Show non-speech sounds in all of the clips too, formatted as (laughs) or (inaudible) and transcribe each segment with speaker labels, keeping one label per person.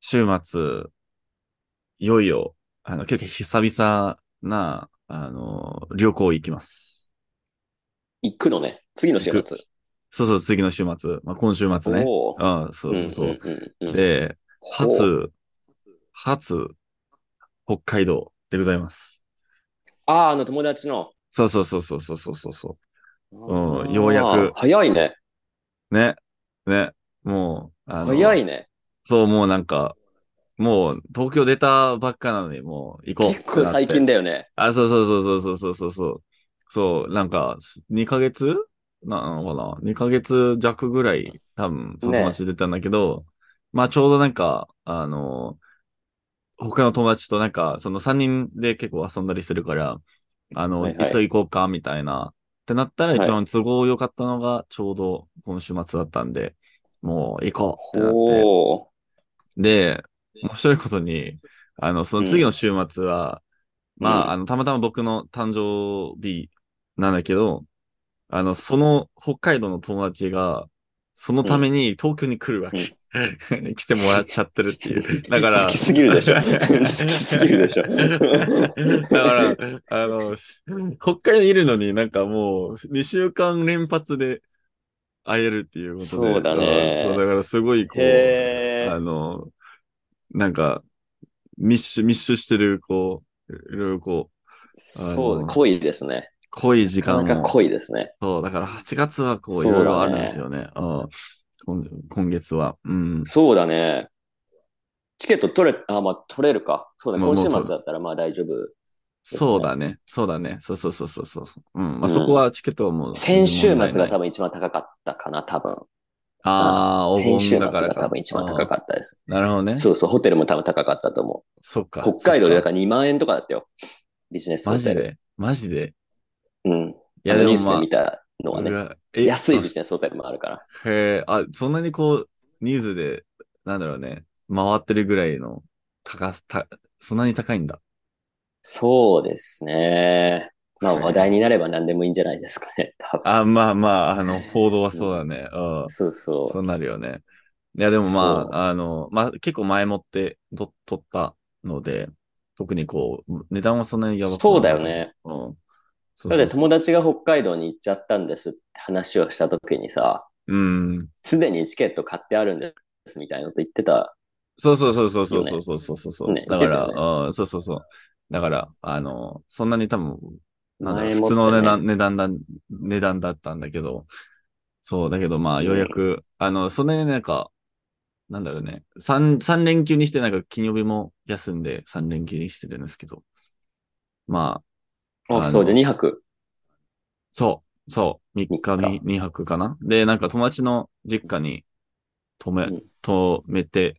Speaker 1: 週末、いよいよ、あの、結構久々な、あの、旅行行きます。
Speaker 2: 行くのね。次の週末。
Speaker 1: そうそう、次の週末。まあ、今週末ね。
Speaker 2: おー
Speaker 1: うん、そうそうそう。。
Speaker 2: んんうんうん、
Speaker 1: で、
Speaker 2: ほ
Speaker 1: 初、
Speaker 2: う、
Speaker 1: 初、北海道でございます。
Speaker 2: ああ、あの友達の。
Speaker 1: そうそうそうそうそうそうそうそうん
Speaker 2: あー
Speaker 1: ようやく
Speaker 2: 早いね。
Speaker 1: う。ね。ね。もう、あの、
Speaker 2: 早いね。
Speaker 1: そう、もうなんか、もう東京出たばっかなのに、もう行こう。
Speaker 2: 結構最近
Speaker 1: で。
Speaker 2: だよね。
Speaker 1: あ、そうそうそうそうそうそうそう。そう、なんか、す2ヶ月なのかな ?2 ヶ月弱ぐらい、多分、その友達出たんだけど、まあちょうどなんか、あの、他の友達となんか、その3人で結構遊んだりするから、あの、
Speaker 2: はいいはい
Speaker 1: つ行こうか、みたいな。ってなったら一
Speaker 2: はい
Speaker 1: 番都合良かったのが、ちょうど今週末だったんで、もう行こうってなって。
Speaker 2: おー
Speaker 1: で、面白いことに、あの、その次の週末は、
Speaker 2: うん
Speaker 1: まあ、
Speaker 2: うん
Speaker 1: あの、たまたま僕の誕生日なんだけど、あの、その北海道の友達が、そのために東京に来るわけ。 (laughs) 来てもらっちゃってるっていう。だから、
Speaker 2: 好きすぎる
Speaker 1: (laughs)
Speaker 2: でしょ。好きすぎるでしょ。
Speaker 1: だから、あの、北海道にいるのになんかもう2週間連発で会えるっていうことで。
Speaker 2: そうだね
Speaker 1: そう、だからすごいこう、
Speaker 2: (laughs) へ
Speaker 1: あ
Speaker 2: ー
Speaker 1: の、なんか、密集、密集してる、こう、いろいろこう、
Speaker 2: そ
Speaker 1: あの
Speaker 2: う、濃いですね。
Speaker 1: 濃い時
Speaker 2: なか
Speaker 1: 間
Speaker 2: なか
Speaker 1: を。
Speaker 2: 濃いですね。
Speaker 1: そう、だから8月はこう、い
Speaker 2: そうだね
Speaker 1: ろいろあるんですよね。うん今今月は。うん。
Speaker 2: そうだね。チケット取れ、あ、まあ取れるか。そうだ、
Speaker 1: もう
Speaker 2: 今週
Speaker 1: もう
Speaker 2: 末だったらまあ大丈夫。すね
Speaker 1: そうだね。そうだね。そうそうそうそうそう。うん。まあ、
Speaker 2: うん
Speaker 1: そこはチケットはもう。
Speaker 2: 先週末が多
Speaker 1: 分。
Speaker 2: 分一番高かったかな、多分。
Speaker 1: ああ、お
Speaker 2: 先
Speaker 1: 盆
Speaker 2: 週末
Speaker 1: だから
Speaker 2: が
Speaker 1: か。
Speaker 2: 多分一番高かったです。
Speaker 1: あーなるほどね。
Speaker 2: そうそう、ホテルも多分高かったと思
Speaker 1: そっか。
Speaker 2: う。北海道でだ
Speaker 1: そっ
Speaker 2: から2万円とかだったよ。ビジネス
Speaker 1: マ
Speaker 2: ホ
Speaker 1: ジ
Speaker 2: テル。
Speaker 1: でマジで
Speaker 2: うん。い
Speaker 1: いや、
Speaker 2: あの
Speaker 1: でも
Speaker 2: ニュースで
Speaker 1: ま
Speaker 2: 見たの
Speaker 1: あ
Speaker 2: はね、
Speaker 1: うわ、え
Speaker 2: 安いビジネスホテルもあるから。
Speaker 1: へえ、あ、そんなにこう、ニュースで、なんだろうね、回ってるぐらいの、高す、た、そんなに高いんだ。
Speaker 2: そうですね。まあ
Speaker 1: はい
Speaker 2: 話題になれば何でもいいんじゃないですか
Speaker 1: (laughs)
Speaker 2: ね、多分。
Speaker 1: あ、まあまあ、あの、報道はそうだね。うん。
Speaker 2: そうそ
Speaker 1: そうなるよね。いや、でもま
Speaker 2: そう
Speaker 1: あ、あの、まあ、結構前もって、と、取ったので、特にこう、値段はそんなにやば
Speaker 2: う。
Speaker 1: くな
Speaker 2: そうだ
Speaker 1: かっ
Speaker 2: よ
Speaker 1: た。
Speaker 2: ね。
Speaker 1: うん。そう
Speaker 2: だっ
Speaker 1: そ
Speaker 2: て
Speaker 1: うそう。
Speaker 2: 友達が北海道に行っちゃったんですって話をした時にさ、
Speaker 1: うん。
Speaker 2: すでにチケット買ってあるんですみたいなこと言ってた。
Speaker 1: そうそうそうそうそうそうそうそうそう。
Speaker 2: ね
Speaker 1: だから、
Speaker 2: 言ってた
Speaker 1: うん、そうそうそう。だから、あの、そんなに多分、なんだろう
Speaker 2: 前
Speaker 1: 普
Speaker 2: もっ
Speaker 1: 通
Speaker 2: てね
Speaker 1: の値段、値段だ、値段だったんだけど、そう、だけどまあ、ようやく、あの、そんなになんか、なんだろうね、三、三連休にしてなんか金曜日も休んで三連休にしてるんですけど、まあ、あの
Speaker 2: あ、そうで、2泊。
Speaker 1: そう、そう、3日に2泊かな。で、なんか友達の実家に泊め、
Speaker 2: うん
Speaker 1: 泊めて、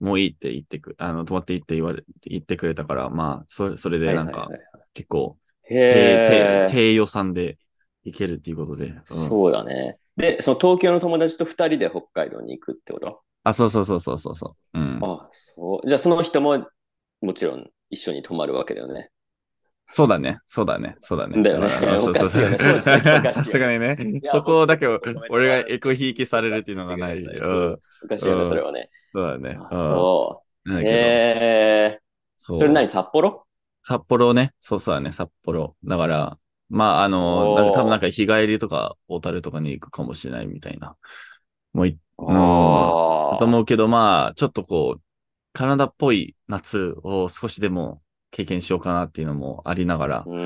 Speaker 1: もういいって言ってく、あの、泊まっていいって言われ、言ってくれたから、まあ、それ、それでなん
Speaker 2: はい
Speaker 1: か
Speaker 2: はいはい、
Speaker 1: 結構、
Speaker 2: へ
Speaker 1: 低、
Speaker 2: ー
Speaker 1: 低、低予算で行けるっていうことで。うん
Speaker 2: そうだね。で、その東京の友達と2人で北海道に行くってこと
Speaker 1: あ、そうそうそうそうそうそう。うん。
Speaker 2: あ、そう。じゃあその人ももちろん一緒に泊まるわけだよね。
Speaker 1: そうだね。そうだね。そうだね。
Speaker 2: だよね
Speaker 1: うんそうそうそう。
Speaker 2: おかしいよねそうじゃな
Speaker 1: (laughs)
Speaker 2: い
Speaker 1: さすがにね
Speaker 2: い。や
Speaker 1: そこだけ
Speaker 2: 本当にごめんな
Speaker 1: 俺がエコひいきされるっていうのがない。うん。そう
Speaker 2: おかしいよ
Speaker 1: う
Speaker 2: ね、
Speaker 1: ん
Speaker 2: それはね。
Speaker 1: だね。
Speaker 2: あそ
Speaker 1: うん。な
Speaker 2: う。
Speaker 1: んだけ
Speaker 2: へえ。
Speaker 1: ど。
Speaker 2: それ
Speaker 1: ない
Speaker 2: 何、札幌
Speaker 1: 札幌ね。そうそうだね、札幌。だから、まあ、あの、
Speaker 2: そう
Speaker 1: なんか多分なんか日帰りとか、小樽とかに行くかもしれないみたいな。もうい、
Speaker 2: あ
Speaker 1: と思うけど、まあ、ちょっとこう、カナダっぽい夏を少しでも経験しようかなっていうのもありながら
Speaker 2: あ。、
Speaker 1: う
Speaker 2: うん。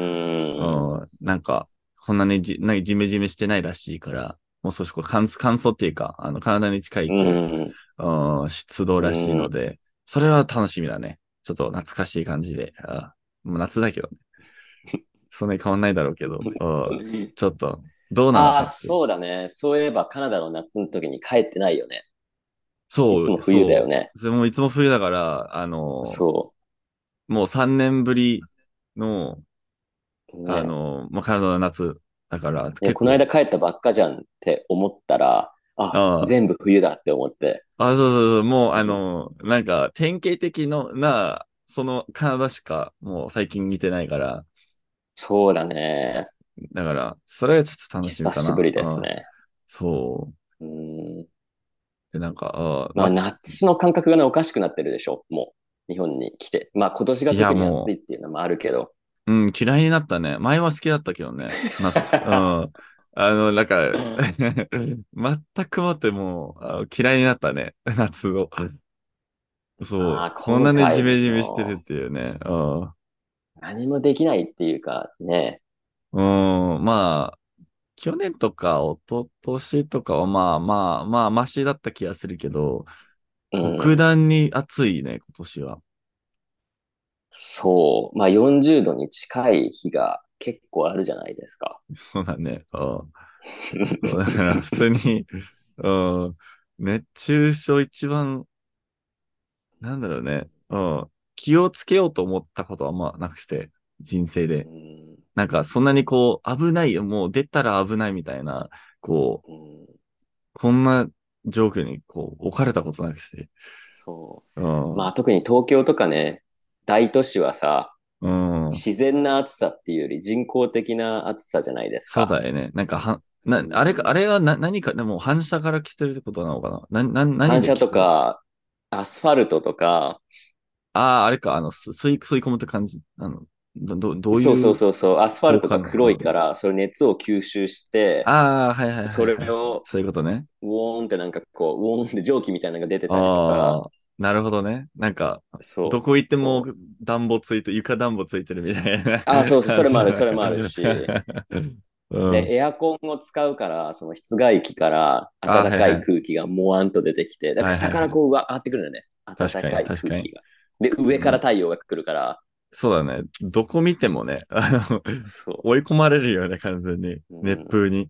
Speaker 1: ん、なんか、こんなにじ、なんかジメジメしてないらしいから、もう少しこう、乾燥、乾燥っていうか、あの、カナダに近い、こう
Speaker 2: うん。
Speaker 1: うん、出動らしいので、それは楽しみだね。ちょっと懐かしい感じで。あもう夏だけどね。そんなに変わんないだろうけど。うんちょっと、どうなの
Speaker 2: あ
Speaker 1: か
Speaker 2: あ、
Speaker 1: っていう
Speaker 2: そうだね。そういえばカナダの夏の時に帰ってないよね。
Speaker 1: そう。
Speaker 2: いつも冬だよね。
Speaker 1: そう。でもいつも冬だから、あの、
Speaker 2: そ
Speaker 1: もう3年ぶりの、
Speaker 2: う。ね
Speaker 1: あの、まあ、カナダの夏だから、
Speaker 2: いや
Speaker 1: 結
Speaker 2: この
Speaker 1: 構。
Speaker 2: 間帰ったばっかじゃんって思ったら、
Speaker 1: あ
Speaker 2: あ
Speaker 1: あ、
Speaker 2: 全部冬だって思って。
Speaker 1: あ、そうそうそう、もうあの、なんか典型的のな、そのカナダしかもう最近見てないから、
Speaker 2: そうだね。
Speaker 1: だから、それはちょっと楽しみかな。
Speaker 2: 久しぶりです
Speaker 1: うん。
Speaker 2: ね。
Speaker 1: そう。
Speaker 2: うん。
Speaker 1: で、なんか、あー
Speaker 2: ま
Speaker 1: ま
Speaker 2: あ、
Speaker 1: あ
Speaker 2: 夏の感覚がね、おかしくなってるでしょ、もう。日本に来て。まあ、今年が特
Speaker 1: いや
Speaker 2: に
Speaker 1: もう
Speaker 2: 暑いっていうのもあるけど。
Speaker 1: うん、嫌いになったね。前は好きだったけどね。
Speaker 2: (laughs)
Speaker 1: 夏うん。あの、なんか、全くもってもうあの嫌いになったね。夏を。そう
Speaker 2: あ。ー
Speaker 1: こんな
Speaker 2: 今
Speaker 1: ね、
Speaker 2: 回
Speaker 1: ジメジメしてるっていうね。うん。
Speaker 2: 何もできないっていうか、ね。
Speaker 1: うん、まあ、去年とか一昨年とかはまあまあまあマシだった気がするけど、
Speaker 2: うん、
Speaker 1: 特段に暑いね、今年は。
Speaker 2: そう。まあ、40度に近い日が結構あるじゃないですか。
Speaker 1: (laughs) そうだね。うん、そうだから普通に、うん、熱中症一番、なんだろうね、うん、気をつけようと思ったことはあんまなくて、人生で。
Speaker 2: うん
Speaker 1: なんかそんなにこう危ない、もう出たら危ないみたいな、こう、
Speaker 2: うん
Speaker 1: こんな状況にこう置かれたことなくて。
Speaker 2: そうう。
Speaker 1: ん
Speaker 2: まあ、特に東京とかね、大都市はさ、
Speaker 1: うん。
Speaker 2: 自然な暑さっていうより人工的な暑さじゃないです
Speaker 1: そ
Speaker 2: か。
Speaker 1: うだよね。なんかは、な、あれか、あれはな、何か、でも反射から来てるってことなのかなな、な、何で
Speaker 2: 反射
Speaker 1: 来てる
Speaker 2: と。か、アスファルトとか、
Speaker 1: ああ、あれか、あの、す吸い、吸い込むって感じ。あの、ど、どどういう。
Speaker 2: そうそうそうそう、アスファルトが黒い
Speaker 1: 効果
Speaker 2: か
Speaker 1: な
Speaker 2: ら、それ熱を吸収して、
Speaker 1: ああ、はいはいはいはい。
Speaker 2: それを
Speaker 1: そういうことね。
Speaker 2: ウォーンってなんかこう、ウォーンって蒸気みたいなのが出てたりと
Speaker 1: あ
Speaker 2: か、
Speaker 1: あ、なるほどね。なんか、
Speaker 2: そう。
Speaker 1: どこ行っても暖房ついて、床暖房ついてるみたいな。
Speaker 2: あーそうそうそれもあるそれもあるし
Speaker 1: (laughs) うん。
Speaker 2: で、エアコンを使うから、その室外機から
Speaker 1: あ
Speaker 2: 暖かい空気がもわんと出てきて、だから下からこう、うわーってくるのね。暖
Speaker 1: 確
Speaker 2: か
Speaker 1: か
Speaker 2: い
Speaker 1: に
Speaker 2: 空
Speaker 1: 確かに
Speaker 2: 気が。で、上から太陽が来るから、
Speaker 1: そうだね。どこ見てもね、あの、
Speaker 2: そう。
Speaker 1: 追い込まれるよね、完全に。
Speaker 2: うん
Speaker 1: 熱風に。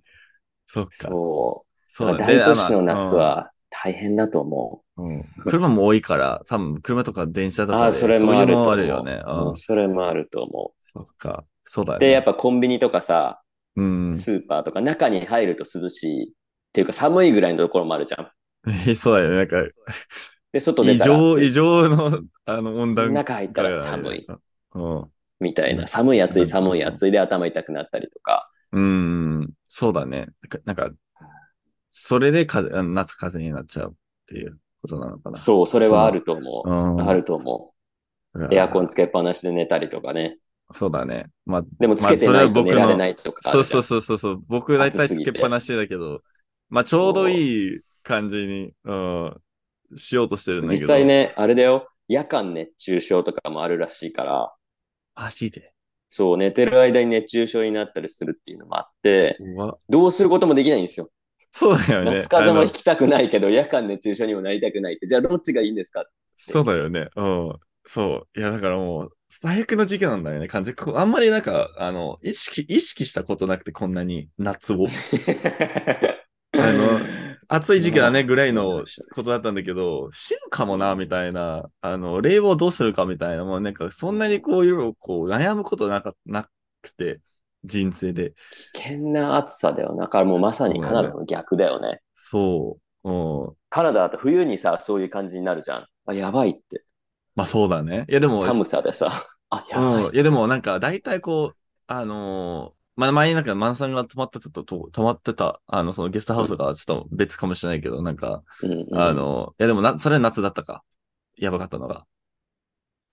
Speaker 1: そっか。
Speaker 2: そ。
Speaker 1: そううだね。
Speaker 2: 大都市の夏
Speaker 1: であ
Speaker 2: は大変だと思
Speaker 1: うん車も多いから、多分車とか電車と
Speaker 2: う。
Speaker 1: かで、
Speaker 2: ああ、それもある
Speaker 1: そういうの
Speaker 2: と思
Speaker 1: も
Speaker 2: う。
Speaker 1: あるよね。うん
Speaker 2: うんそれもあると思
Speaker 1: そっか。そうだ
Speaker 2: う。
Speaker 1: よね。
Speaker 2: で、やっぱコンビニとかさ、
Speaker 1: うん。 (laughs)
Speaker 2: スーパーとか中に入ると涼しいっていうか寒いぐらいのところもあるじゃん。
Speaker 1: そうだよね。なんか、
Speaker 2: で、外出
Speaker 1: 異
Speaker 2: たら
Speaker 1: 常、
Speaker 2: 暑い
Speaker 1: 異常の、あの、温暖
Speaker 2: 中入ったら寒い。
Speaker 1: うん。
Speaker 2: みたいな。
Speaker 1: うん
Speaker 2: 寒い暑い
Speaker 1: うん
Speaker 2: 寒い暑いで頭痛くなったりとか。
Speaker 1: うん。そうだね。なんか、なんかそれで風、あの夏風邪になっちゃうっていうことなのかな。
Speaker 2: そう、それはあると思
Speaker 1: う
Speaker 2: う。
Speaker 1: ん。
Speaker 2: あると思う。エアコンつけっぱなしで寝たりとかね。
Speaker 1: そうだね。まあ、
Speaker 2: でもつけてないと寝られないとかあ
Speaker 1: そう
Speaker 2: るじゃ
Speaker 1: そ
Speaker 2: ん。
Speaker 1: うそうそうそう。僕大体つけっぱなしだけど、まあちょうどいい感じに、うん、しようとしてるんだけど。
Speaker 2: 実際。ね、あれだよ。夜間熱中症とかもあるらしいから、
Speaker 1: 足で。
Speaker 2: そう、寝てる間に熱中症になったりするっていうのもあって、
Speaker 1: うわ。
Speaker 2: どうすることもできないんですよ。
Speaker 1: そうだよね。
Speaker 2: 夏風邪も
Speaker 1: あ
Speaker 2: 引
Speaker 1: の
Speaker 2: きたくないけど、夜間熱中症にもなりたくないって。じゃあどっちがいいんですか
Speaker 1: そうだよね。うん。そう。いや、だからもう、最悪の時期なんだよね、完全にこうあんまりなんか、あの、意識、意識したことなくて、こんなに、夏 (laughs) を。 (laughs) あの暑い時期だね、ぐらいのことだったんだけど、死ぬかもな、みたいな、あの、冷房どうするかみたいな、もうなんか、そんなにこう、いろいろこう、悩むことなか、なくて、人生で。
Speaker 2: 危険な暑さだよ。だからもうまさにカナダの逆だよね。
Speaker 1: そう。うん。
Speaker 2: カナダだと冬にさ、そういう感じになるじゃん。あ、やばいって。
Speaker 1: まあ、そうだね。いや、でも、
Speaker 2: 寒さでさ。あ、やばい。
Speaker 1: うん。いや、でもなんか、大体こう、あのーまあ、前になんか、マンさんが泊まってたと、と泊まってた、あの、そのゲストハウスがちょっと別かもしれないけど、なんか、
Speaker 2: うんうん
Speaker 1: あの、いや、でもな、それは夏だったか。やばかったのが。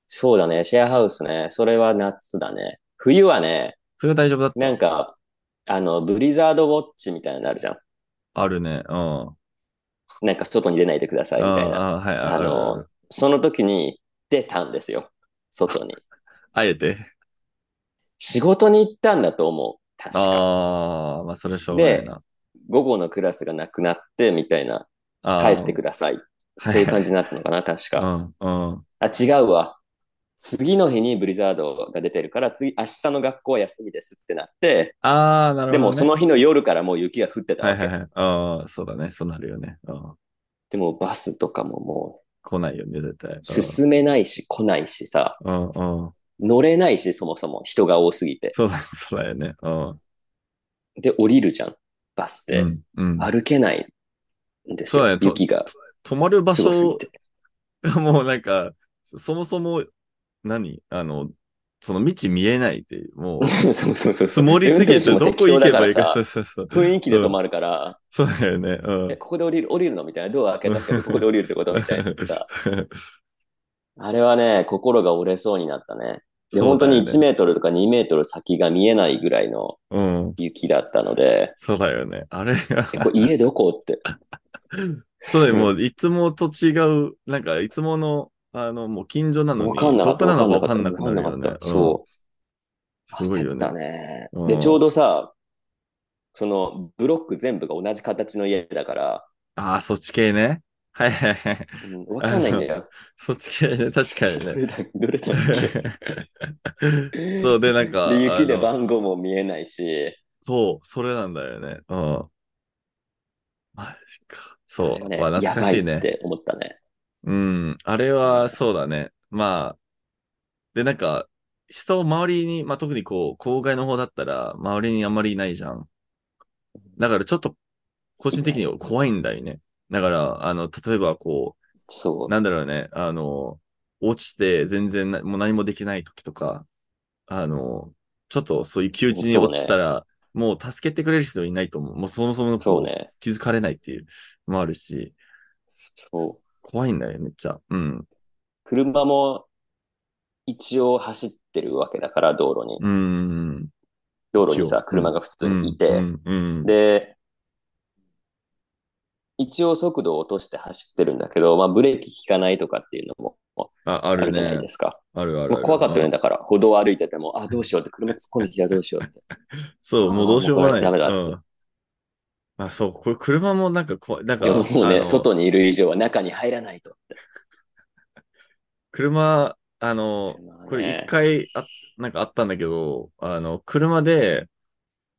Speaker 2: そうだね。シェアハウスね。それは夏だね。冬はね、
Speaker 1: それは大丈夫だった。
Speaker 2: なんか、あの、ブリザードウォッチみたいなのあるじゃん。
Speaker 1: あるね。うん。
Speaker 2: なんか外に出ないでくださいみたいな。
Speaker 1: ああ、はい、
Speaker 2: あの
Speaker 1: るる
Speaker 2: その時に出たんですよ。外に。
Speaker 1: あえて。
Speaker 2: 仕事に行ったんだと思う。確か。
Speaker 1: ああ、まあ、それしょうがないな。
Speaker 2: 午後のクラスがなくなって、みたいな。
Speaker 1: あー
Speaker 2: 帰ってください。
Speaker 1: は
Speaker 2: という
Speaker 1: い
Speaker 2: 感じになったの
Speaker 1: (laughs)
Speaker 2: かな、確か。
Speaker 1: うん、うん。
Speaker 2: あ、違うわ。次の日にブリザードが出てるから、次、明日の学校は休みですってなって、
Speaker 1: ああ、なるほど、ね。
Speaker 2: でもそ、の日の夜からもう雪が降ってた
Speaker 1: は
Speaker 2: わ
Speaker 1: い
Speaker 2: け。
Speaker 1: はいはい。ああ、そうだね。そうなるよね。うん
Speaker 2: でもバスとかもも
Speaker 1: 来ないよね、絶対。うん
Speaker 2: う進めないし来ないしさ、
Speaker 1: うん、うん。
Speaker 2: 乗れないしそもそも人が多すぎて。
Speaker 1: そうだ、そうだよね。うん。
Speaker 2: で、降りるじゃん、バスで。
Speaker 1: うんうん、
Speaker 2: 歩けないんです
Speaker 1: そうだ
Speaker 2: よ
Speaker 1: ね、と
Speaker 2: 雪が
Speaker 1: 泊まる場
Speaker 2: すごすぎ
Speaker 1: 所
Speaker 2: て。
Speaker 1: がもうなんか、そもそも、何あの、その道見えないっていう、もう、
Speaker 2: (laughs) そうそうそう。
Speaker 1: 積もりすぎて、どこ行けばいいか、そ
Speaker 2: 運転手も適当だら
Speaker 1: うそうそう。
Speaker 2: さ雰囲気で止まるから、
Speaker 1: そうだよね。うん
Speaker 2: (laughs) え、ここで降りる、降りるのみたいな。ドア開けたけど、ここで降りるってことみたいな
Speaker 1: (laughs)
Speaker 2: さ。あれはね、心が折れそうになったね。で、本当に1
Speaker 1: 名。
Speaker 2: メートルとか2メートル先が見えないぐらいの
Speaker 1: うん。
Speaker 2: 雪だった
Speaker 1: (laughs)
Speaker 2: ので、
Speaker 1: そうだよね。あれが、
Speaker 2: え、これ家どこって。
Speaker 1: そうだよ、もう、いつもと違う、なんか、いつもの、あの、もう近所なのに、
Speaker 2: わかんなか
Speaker 1: ど
Speaker 2: った。
Speaker 1: こなのか
Speaker 2: わ
Speaker 1: わか
Speaker 2: かん
Speaker 1: んな
Speaker 2: なかっ
Speaker 1: く
Speaker 2: た。わか
Speaker 1: なんる
Speaker 2: な
Speaker 1: よ
Speaker 2: かっ
Speaker 1: ね。
Speaker 2: た。そうう。
Speaker 1: ん。すごいよね
Speaker 2: 焦った。ね
Speaker 1: うん
Speaker 2: で、ちょうどさ、そのブロック全部が同じ形の家だから、
Speaker 1: ああ、そっち系ね。はいはいはい。
Speaker 2: うん、わかんないん
Speaker 1: (laughs)
Speaker 2: だよ。
Speaker 1: そっち系ね、確かに
Speaker 2: ど
Speaker 1: ね。
Speaker 2: れだ、どれだっけ
Speaker 1: そうで、なんか、
Speaker 2: で雪で
Speaker 1: あの
Speaker 2: 番号も見えないし、
Speaker 1: (laughs) そう、それなんだよね。うん。マジか。そ
Speaker 2: あれ
Speaker 1: う、
Speaker 2: はね
Speaker 1: まあ、
Speaker 2: や
Speaker 1: 懐
Speaker 2: ば
Speaker 1: か
Speaker 2: い
Speaker 1: しい
Speaker 2: っ
Speaker 1: ね。
Speaker 2: て思ったね。
Speaker 1: うん、あれはそうだね。まあ、で、なんか、人を周りに、まあ特にこう、郊外の方だったら、周りにあんまりいないじゃん。だからちょっと、個人的には怖いんだよね。だから、あの、例えばこ、
Speaker 2: そうう。
Speaker 1: なんだろうね、あの、落ちて全然なもう何もできない時とか、あの、ちょっとそういう窮地に落ちたら、もう助けてくれる人いないと思う。もうそもそものこう
Speaker 2: そうね。
Speaker 1: 気づかれないっていうのもあるし、
Speaker 2: そう。
Speaker 1: 怖いんだよね、めっちゃ。うん。
Speaker 2: 車も一応走ってるわけだから、道路に。
Speaker 1: うん。
Speaker 2: 道路
Speaker 1: 一応
Speaker 2: に
Speaker 1: う
Speaker 2: さ
Speaker 1: ん、
Speaker 2: 車が普通にい
Speaker 1: うん
Speaker 2: て。
Speaker 1: うんうん
Speaker 2: で、一応速度を落として走ってるんだけど、まあ、ブレーキ効かないとかっていうのも
Speaker 1: あ、あ
Speaker 2: あ
Speaker 1: る
Speaker 2: るじゃない
Speaker 1: ね
Speaker 2: で。すか。
Speaker 1: あるある
Speaker 2: ま
Speaker 1: あ
Speaker 2: あ、
Speaker 1: る。
Speaker 2: 怖かったよね。
Speaker 1: だ。
Speaker 2: だから、歩道を歩いてても、あ、どうしようって、車突っ込んできたらどうしようって。
Speaker 1: そう、もうどうしようもない。
Speaker 2: あーもうこれダメだ
Speaker 1: うんあ、そう、これ車もなんか怖い。なんか、
Speaker 2: でもも
Speaker 1: (laughs)
Speaker 2: う
Speaker 1: あ
Speaker 2: ね、
Speaker 1: の
Speaker 2: 外にいる以上は中に入らないと。
Speaker 1: 車、あの、これ一回あ、なんかあったんだけど、あの、車で、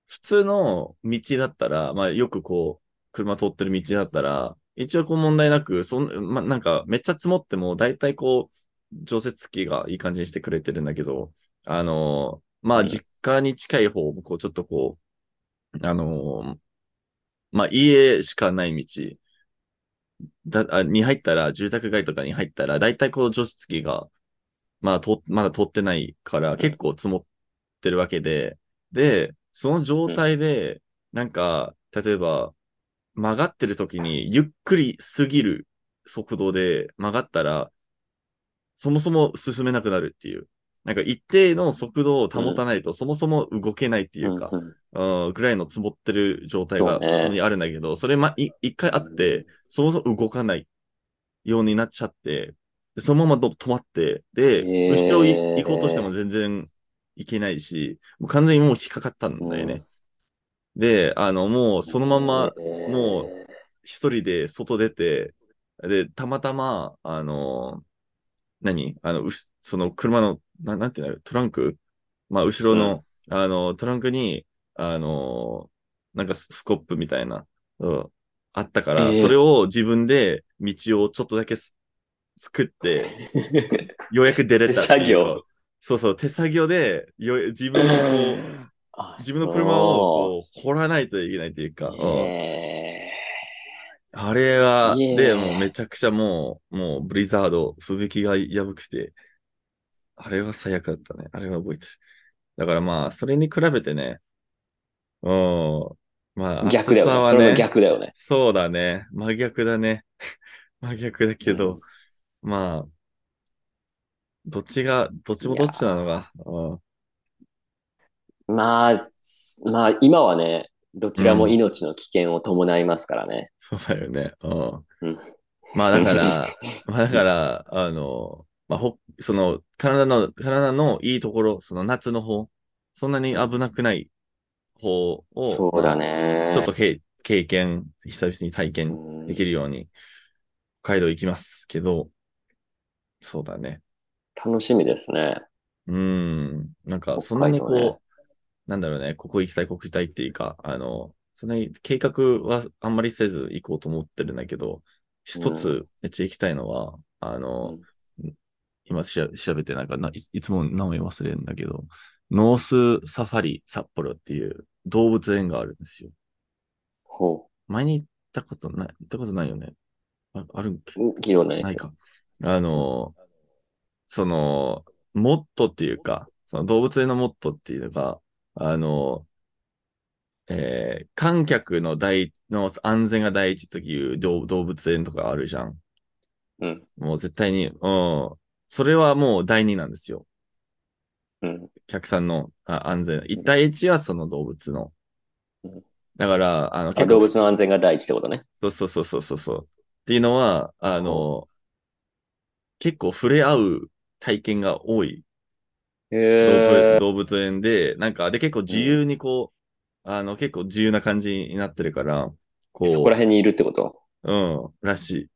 Speaker 1: 普通の道だったら、まあよくこう、車通ってる道だったら、一応こう問題なく、そん、まあなんかめっちゃ積もっても、だいたいこう、除雪機がいい感じにしてくれてるんだけど、あの、ま
Speaker 2: う
Speaker 1: あ
Speaker 2: ん
Speaker 1: 実家に近い方、こうちょっとこう、あの、まあ家しかない道だ、あに入ったら、住宅街とかに入ったら、だいたいこう除雪機が、まあ、と、まだ通ってないから、結構積もってるわけで、で、その状態で、なんか、例えば、曲がってる時に、ゆっくりすぎる速度で曲がったら、そもそも進めなくなるっていう。なんか一定の速度を保たないと、そもそも動けないっていうか、
Speaker 2: んん
Speaker 1: うんぐらいの積もってる状態が
Speaker 2: そうね
Speaker 1: たまにあるんだけど、それ、ま、い一回あって、そもそも動かないようになっちゃって、でそのままど止まって、で、
Speaker 2: へー
Speaker 1: 後ろい行こうとしても全然行けないし、もう完全にもう引っかかったんだよね。で、あの、もうそのまま、も
Speaker 2: (laughs)
Speaker 1: 一人で外出て、で、たまたま、あの、何あの、うしその車の、ななんていうのトランクまあ、後ろの、あの、トランクに、あの、なんかススコップみたいな、うん、あったから、
Speaker 2: ええ
Speaker 1: それを自分で道をちょっとだけす作って、ようやく出れたっていう
Speaker 2: 手作業。
Speaker 1: そうそう、手作業で、よ自分のこう、
Speaker 2: (laughs) あ
Speaker 1: 自分の車をこう掘らないといけないというか、
Speaker 2: そう
Speaker 1: うん
Speaker 2: え
Speaker 1: あれは、
Speaker 2: いえ
Speaker 1: で、もうめちゃくちゃもう、もうブリザード、吹雪がやばくて、あれは最悪だったね。あれは覚えてる。だからまあ、それに比べてね、うん、まあ、
Speaker 2: ー逆だ
Speaker 1: 暑
Speaker 2: よ
Speaker 1: さ
Speaker 2: ね。
Speaker 1: は
Speaker 2: それも
Speaker 1: ね、
Speaker 2: 逆だよね。
Speaker 1: そうだね。真逆だね。 (laughs) 真逆だけど、まあ、どっちが、どっちもどっちなのか。うん
Speaker 2: まあ、つまあ、今はね、どちらも命の危険を伴いますからね。
Speaker 1: そうだよね。う
Speaker 2: うん
Speaker 1: ん。まあだ
Speaker 2: (laughs)
Speaker 1: から、まあだから、あの、まあ、ほ、その、体の、体のいいところ、その夏の方、そんなに危なくない方を、
Speaker 2: そうだ
Speaker 1: ま
Speaker 2: ね
Speaker 1: あ。ちょっとけ経験、久々に体験
Speaker 2: うん
Speaker 1: できるように、北海道行きますけど、そうだね。
Speaker 2: 楽しみですね。
Speaker 1: うん。なんか、そんなにこう、
Speaker 2: 北海道ね
Speaker 1: なんだろうね、ここ行きたい、ここ行きたいっていうか、あの、そんなに計画はあんまりせず行こうと思ってるんだけど、一つめっちゃ行きたいのは、あの、今しゃ調べてなんかない、いつも名前忘れるんだけど、ノースサファリ札幌っていう動物園があるんですよ。
Speaker 2: ほ
Speaker 1: 前に行ったことない、行ったことないよね。ああるんけ
Speaker 2: う。聞いたことない
Speaker 1: ない
Speaker 2: けど。
Speaker 1: か。あの、その、モットっていうか、その動物園のモットーっていうのが、あの、えー観客の第一の安全が第一という動動物園とかあるじゃん。
Speaker 2: うん。
Speaker 1: もう絶対に、うん。それはもう第二なんですよ。
Speaker 2: うん。
Speaker 1: 客さんのあ安全。一対一はその動物の
Speaker 2: うん。
Speaker 1: だから、あの、
Speaker 2: あ動物の安全が第一ってことね。
Speaker 1: そうそうそうそうそうそう。っていうのは、あの、結構触れ合う体験が多い動
Speaker 2: へ
Speaker 1: 物
Speaker 2: え。
Speaker 1: 動物園で、なんか、で結構自由にこう、あの、結構自由な感じになってるから、こ
Speaker 2: そこら辺にいるってこと
Speaker 1: う、うん、らしい。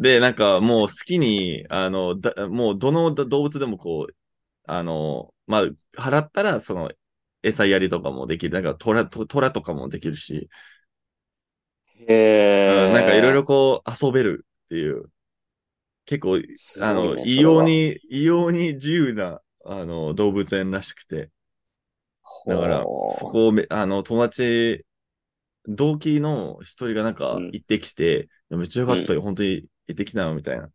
Speaker 1: で、なんかもう好きに、あの、だもうどの動物でもこう、あの、まあ、払ったらその、餌やりとかもできる。なんか、虎、と虎とかもできるし、
Speaker 2: へ
Speaker 1: う
Speaker 2: え。
Speaker 1: んなんかいろいろこう遊べるっていう、結構、
Speaker 2: すご
Speaker 1: あ
Speaker 2: いね
Speaker 1: の、異
Speaker 2: それは
Speaker 1: 様に、異様に自由な、あの、動物園らしくて。だから、
Speaker 2: ほう
Speaker 1: そこをめ、あの、友達、同期の一人がなんか
Speaker 2: うん
Speaker 1: 行ってきて、めっちゃよかったよ、本当に行ってきたのみたいな。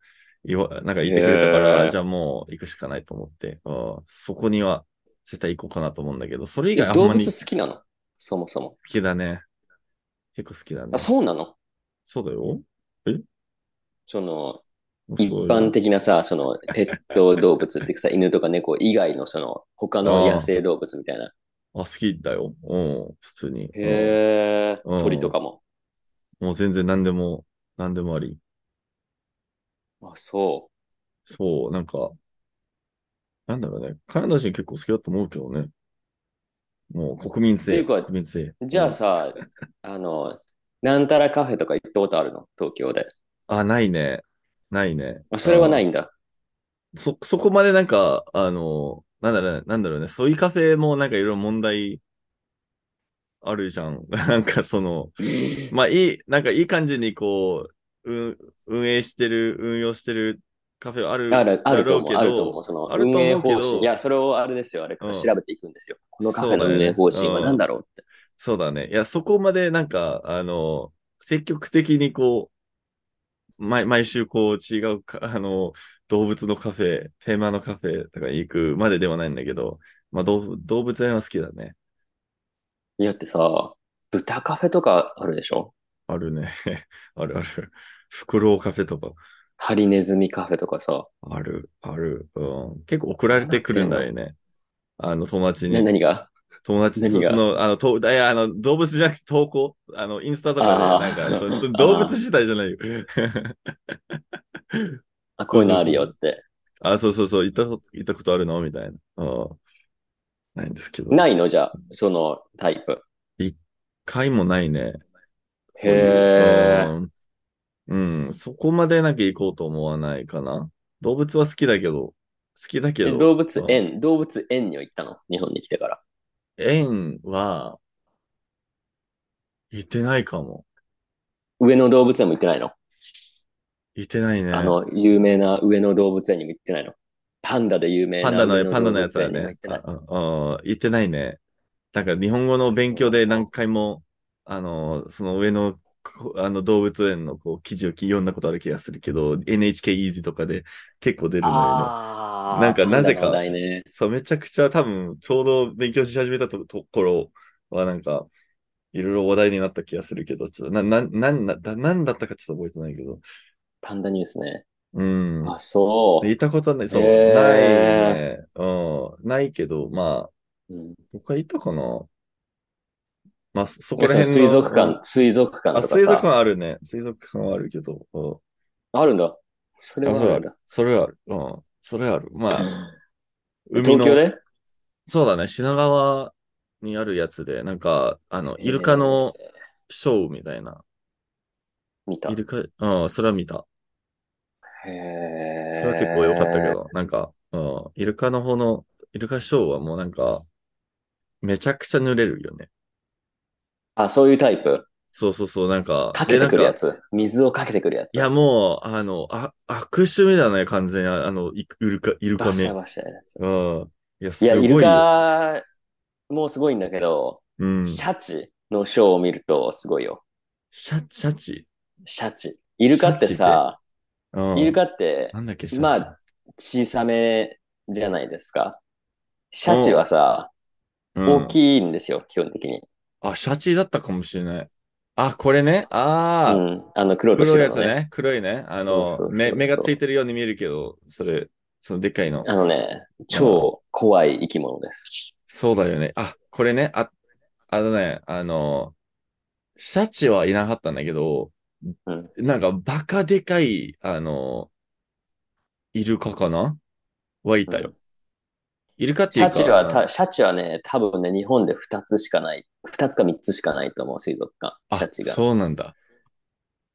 Speaker 1: 言わ、なんか言ってくれたから、
Speaker 2: へー
Speaker 1: じゃあもう行くしかないと思って、うんそこには絶対行こうかなと思うんだけど、それ以外あん
Speaker 2: 動
Speaker 1: ま
Speaker 2: 物
Speaker 1: り好
Speaker 2: 好きなのそもそも。
Speaker 1: きだね。結構好きだね。
Speaker 2: あ、そうなの
Speaker 1: そうだよ。
Speaker 2: その、
Speaker 1: そう
Speaker 2: 一
Speaker 1: よ
Speaker 2: 般的なさ、その、ペット動物っていう
Speaker 1: (laughs)
Speaker 2: かさ、犬とか猫以外のその、他の野生動物みたいな。
Speaker 1: あ、好きだよ。うん、普通に。うん
Speaker 2: へえ。
Speaker 1: うん
Speaker 2: 鳥とかも。
Speaker 1: もう全然何でも、何でもあり。
Speaker 2: あ、そ
Speaker 1: そう、なんか、なんだろうね。彼女人結構好きだと思うけどね。もう国民
Speaker 2: ってい
Speaker 1: 性。
Speaker 2: うか
Speaker 1: 国民性。
Speaker 2: う。じゃあさ、あの、なんたらカフェとか行ったことあるの東京で。
Speaker 1: うん、あ、ないね。ないね。
Speaker 2: あ、それはない
Speaker 1: うん
Speaker 2: だ。
Speaker 1: そ、そこまでなんか、あの、なんだろうね。なんだろうね。ソイカフェもなんかいろいろ問題あるじゃん。 (laughs) なんかその、まあいい、なんかいい感じにこう、うん運営してる、運用してるカフェある
Speaker 2: ある、ある
Speaker 1: だ
Speaker 2: と
Speaker 1: ろう
Speaker 2: 思
Speaker 1: け
Speaker 2: う、
Speaker 1: ど
Speaker 2: あると思う。その
Speaker 1: あると
Speaker 2: 運
Speaker 1: 思う
Speaker 2: 営
Speaker 1: けど
Speaker 2: 方針。いや、それをあれですよ、あれ、
Speaker 1: うん
Speaker 2: 調べていくんですよ。このカフェ
Speaker 1: そう
Speaker 2: の
Speaker 1: だね
Speaker 2: 運営方針は何だろうって。
Speaker 1: そうだね。いや、そこまでなんか、あの、積極的にこう、毎毎週こう違うか、あの、動物のカフェ、テーマのカフェとか行くまでではないんだけど、まあ、動動物園は好きだね。
Speaker 2: いやってさ、豚カフェとかあるでしょ
Speaker 1: あるね。 (laughs) あるある。フクロウカフェとか、
Speaker 2: ハリネズミカフェとかさ、
Speaker 1: ある、ある。うん、結構送られてくるんだよね。あの、友達
Speaker 2: な
Speaker 1: に。
Speaker 2: 何が
Speaker 1: 友達と
Speaker 2: 何が
Speaker 1: その、あの、と、いや、あの、動物じゃなくて投稿あの、インスタとかで、
Speaker 2: あー
Speaker 1: なんか、その
Speaker 2: あー
Speaker 1: 動物自体じゃないよ。
Speaker 2: あ、こういうのあるよって。
Speaker 1: あ、そうそうそう、行ったこと、行ったことあるのみたいな。うん。ないんですけど。
Speaker 2: ないのじゃあ、そのタイプ。
Speaker 1: 回もないね。
Speaker 2: へー
Speaker 1: そういううん。うん。そこまでなきゃ行こうと思わないかな。動物は好きだけど、好きだけ
Speaker 2: で
Speaker 1: ど。
Speaker 2: 動物
Speaker 1: うん
Speaker 2: 園、動物園には行ったの日本に来てから。
Speaker 1: 園は、行ってないかも。
Speaker 2: 上野動物園も行ってないの、
Speaker 1: 行ってないね。
Speaker 2: あの、有名な上野動物園にも行ってないのパンダで有名な
Speaker 1: パンダ
Speaker 2: 上
Speaker 1: の、
Speaker 2: 野
Speaker 1: パンダの
Speaker 2: 動
Speaker 1: やつ
Speaker 2: 物
Speaker 1: だ
Speaker 2: 園にも行
Speaker 1: ね
Speaker 2: っ。てない。
Speaker 1: あああ行ってないね。なんか日本語の勉強で何回も、あの、その上の、こあの動物園のこう記事を読んだことある気がするけど、NHK イージーとかで結構出るのよね。
Speaker 2: ああ、
Speaker 1: なんかなぜか
Speaker 2: パンダの話題ね。
Speaker 1: そう、めちゃくちゃ多分、ちょうど勉強し始めたとところはなんか、いろいろ話題になった気がするけど、ちょっとな、な、なんな、だなんだったかちょっと覚えてないけど。
Speaker 2: パンダニュースね。
Speaker 1: うん。
Speaker 2: あ、そう。
Speaker 1: 行ったことはない、そう、
Speaker 2: へー
Speaker 1: ないね。うん、ないけど、まあ、
Speaker 2: うん
Speaker 1: 僕は行ったかなまあ、そそ
Speaker 2: い
Speaker 1: こ
Speaker 2: や
Speaker 1: ら
Speaker 2: そ
Speaker 1: 辺
Speaker 2: の
Speaker 1: の。
Speaker 2: 水族
Speaker 1: うん
Speaker 2: 館、水族館
Speaker 1: あ、
Speaker 2: と
Speaker 1: 水
Speaker 2: か
Speaker 1: 族
Speaker 2: さ。
Speaker 1: 館あるね。水族館はあるけど。うん
Speaker 2: あるんだ。それ
Speaker 1: あ、
Speaker 2: はあ
Speaker 1: そうあ
Speaker 2: るんだ
Speaker 1: る。。それはある。うん。それはある。まあ、海の。
Speaker 2: 東京で
Speaker 1: そうだね。品川にあるやつで、なんか、あの、イルカの
Speaker 2: えー
Speaker 1: ショーみたいな。
Speaker 2: 見た。
Speaker 1: イルカ、うん、それは見た。
Speaker 2: へ
Speaker 1: それは結構良かったけど、なんか、うん、イルカの方の、イルカショーはもうなんか、めちゃくちゃ濡れるよね。
Speaker 2: あ、そういうタイプ。
Speaker 1: そうそうそう、なんか、
Speaker 2: かけてく
Speaker 1: でな
Speaker 2: る
Speaker 1: ん
Speaker 2: や
Speaker 1: か
Speaker 2: つ。水をかけてくるやつ。
Speaker 1: いや、もう、あの、あ、悪趣味だね、完全に。ああの、イイルカ、イルカ
Speaker 2: バシ
Speaker 1: 目。
Speaker 2: ャ
Speaker 1: うん。
Speaker 2: バシャやるやつ。
Speaker 1: いや、す
Speaker 2: いや、
Speaker 1: ご
Speaker 2: イ
Speaker 1: いよ。
Speaker 2: ルカもすごいんだけど、
Speaker 1: うん。
Speaker 2: シ
Speaker 1: シャ、
Speaker 2: ャチのショーを見るとすごいよ。
Speaker 1: シャチ。
Speaker 2: シャチ。イルカって
Speaker 1: シャ
Speaker 2: さ、
Speaker 1: うん。
Speaker 2: イルカって、
Speaker 1: なんだっけ、シャチ。
Speaker 2: まあ、小さめじゃないですか。シャチはさ、
Speaker 1: うん
Speaker 2: 大きいんですよ、基本的に。
Speaker 1: あ、シャチだったかもしれない。あ、これね。あ
Speaker 2: う
Speaker 1: あ、
Speaker 2: ん。あの、黒くして
Speaker 1: 黒い
Speaker 2: る
Speaker 1: や
Speaker 2: の
Speaker 1: つ
Speaker 2: ね。
Speaker 1: ね。黒いね。あの
Speaker 2: そうそうそうそう
Speaker 1: 目、目がついてるように見えるけど、それ、そのでっかいの。
Speaker 2: あのね、超怖い生き物です。
Speaker 1: そうだよね。あ、これね。あ、あのね、あの、シャチはいなかったんだけど、
Speaker 2: うん
Speaker 1: なんかバカでかい、あの、イルカかなはいたよ。イルカって
Speaker 2: シ
Speaker 1: いう
Speaker 2: ャ
Speaker 1: か、
Speaker 2: チはた、シャチはね、多分ね、日本で2つしかない、2つか3つしかないと思う、水族館。
Speaker 1: あ
Speaker 2: シャチが
Speaker 1: そうなんだ。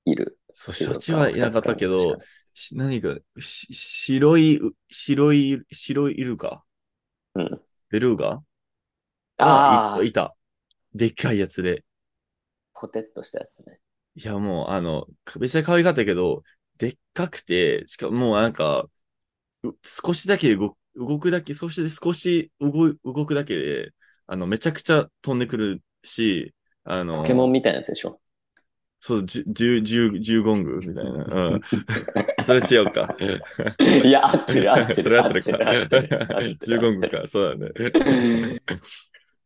Speaker 2: いる。
Speaker 1: そう、シャ
Speaker 2: 水族
Speaker 1: チ
Speaker 2: 館
Speaker 1: はいなかったけど、、し何か、し白いう、白い、白いイルカ
Speaker 2: うん。
Speaker 1: ベルーガ
Speaker 2: ああ
Speaker 1: い、いた。でっかいやつで。
Speaker 2: ポテッとしたやつね。
Speaker 1: いや、もう、あの、別に可愛かったけど、でっかくて、しかももうなんか、う少しだけ動く、動くだけ、そして少し動い動くだけで、あの、めちゃくちゃ飛んでくるし、あの、
Speaker 2: ポケモンみたいなやつでしょ。
Speaker 1: そう、じゅ、じゅ、じゅ、じゅゴングみたいな。うん。
Speaker 2: (laughs)
Speaker 1: それ違うか。
Speaker 2: いや、合ってる、合ってる。
Speaker 1: それ合ってる
Speaker 2: 合ってる合
Speaker 1: か
Speaker 2: ってる。
Speaker 1: 十五分か。そうだね。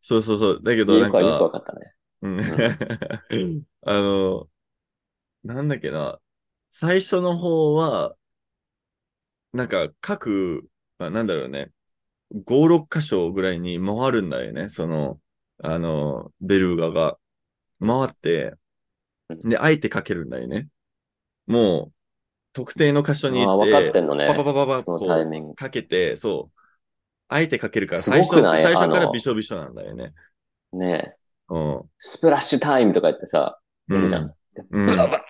Speaker 1: そうそうそう。だけど、な
Speaker 2: よ
Speaker 1: ん
Speaker 2: く
Speaker 1: か、
Speaker 2: はよくわかったね。
Speaker 1: うん (laughs) あの、なんだっけな。最初の方は、なんか、各、あなんだろうね。5、6箇所ぐらいに回るんだよね。その、あの、ベルーガが。回って、で、あえてかけるんだよね。もう、特定の箇所に
Speaker 2: あ
Speaker 1: 行
Speaker 2: あ、
Speaker 1: っ、
Speaker 2: 分かってんのね
Speaker 1: パ。パパパパ、
Speaker 2: そ
Speaker 1: こ
Speaker 2: の
Speaker 1: う
Speaker 2: タイミング。
Speaker 1: かけて、そう。あえてかけるから、
Speaker 2: す
Speaker 1: 最
Speaker 2: ご
Speaker 1: 初、
Speaker 2: くない
Speaker 1: 最初か
Speaker 2: あ
Speaker 1: ら
Speaker 2: の
Speaker 1: びしょびしょなんだよね。
Speaker 2: ねえ
Speaker 1: うん。
Speaker 2: スプラッシュタイムとか言ってさ、やるじゃん。
Speaker 1: うん。
Speaker 2: バンバンバンバンっ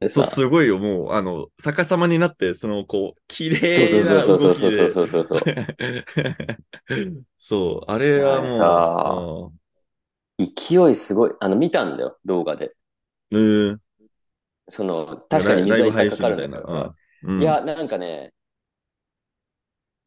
Speaker 2: て
Speaker 1: そ
Speaker 2: さ
Speaker 1: う、。すごいよ。もう、あの、逆さまになって、その、こう、綺麗
Speaker 2: そうそう
Speaker 1: な
Speaker 2: そうそ
Speaker 1: 動
Speaker 2: う
Speaker 1: き
Speaker 2: そう
Speaker 1: で。
Speaker 2: そうそうそう。
Speaker 1: (laughs) そう、あれはも
Speaker 2: 勢いすごい。あの、見たんだよ、動画で。
Speaker 1: う、うん。うん
Speaker 2: その、確かに水はいっぱいかかるんだけどさ。。
Speaker 1: うん
Speaker 2: い、や、なんかね、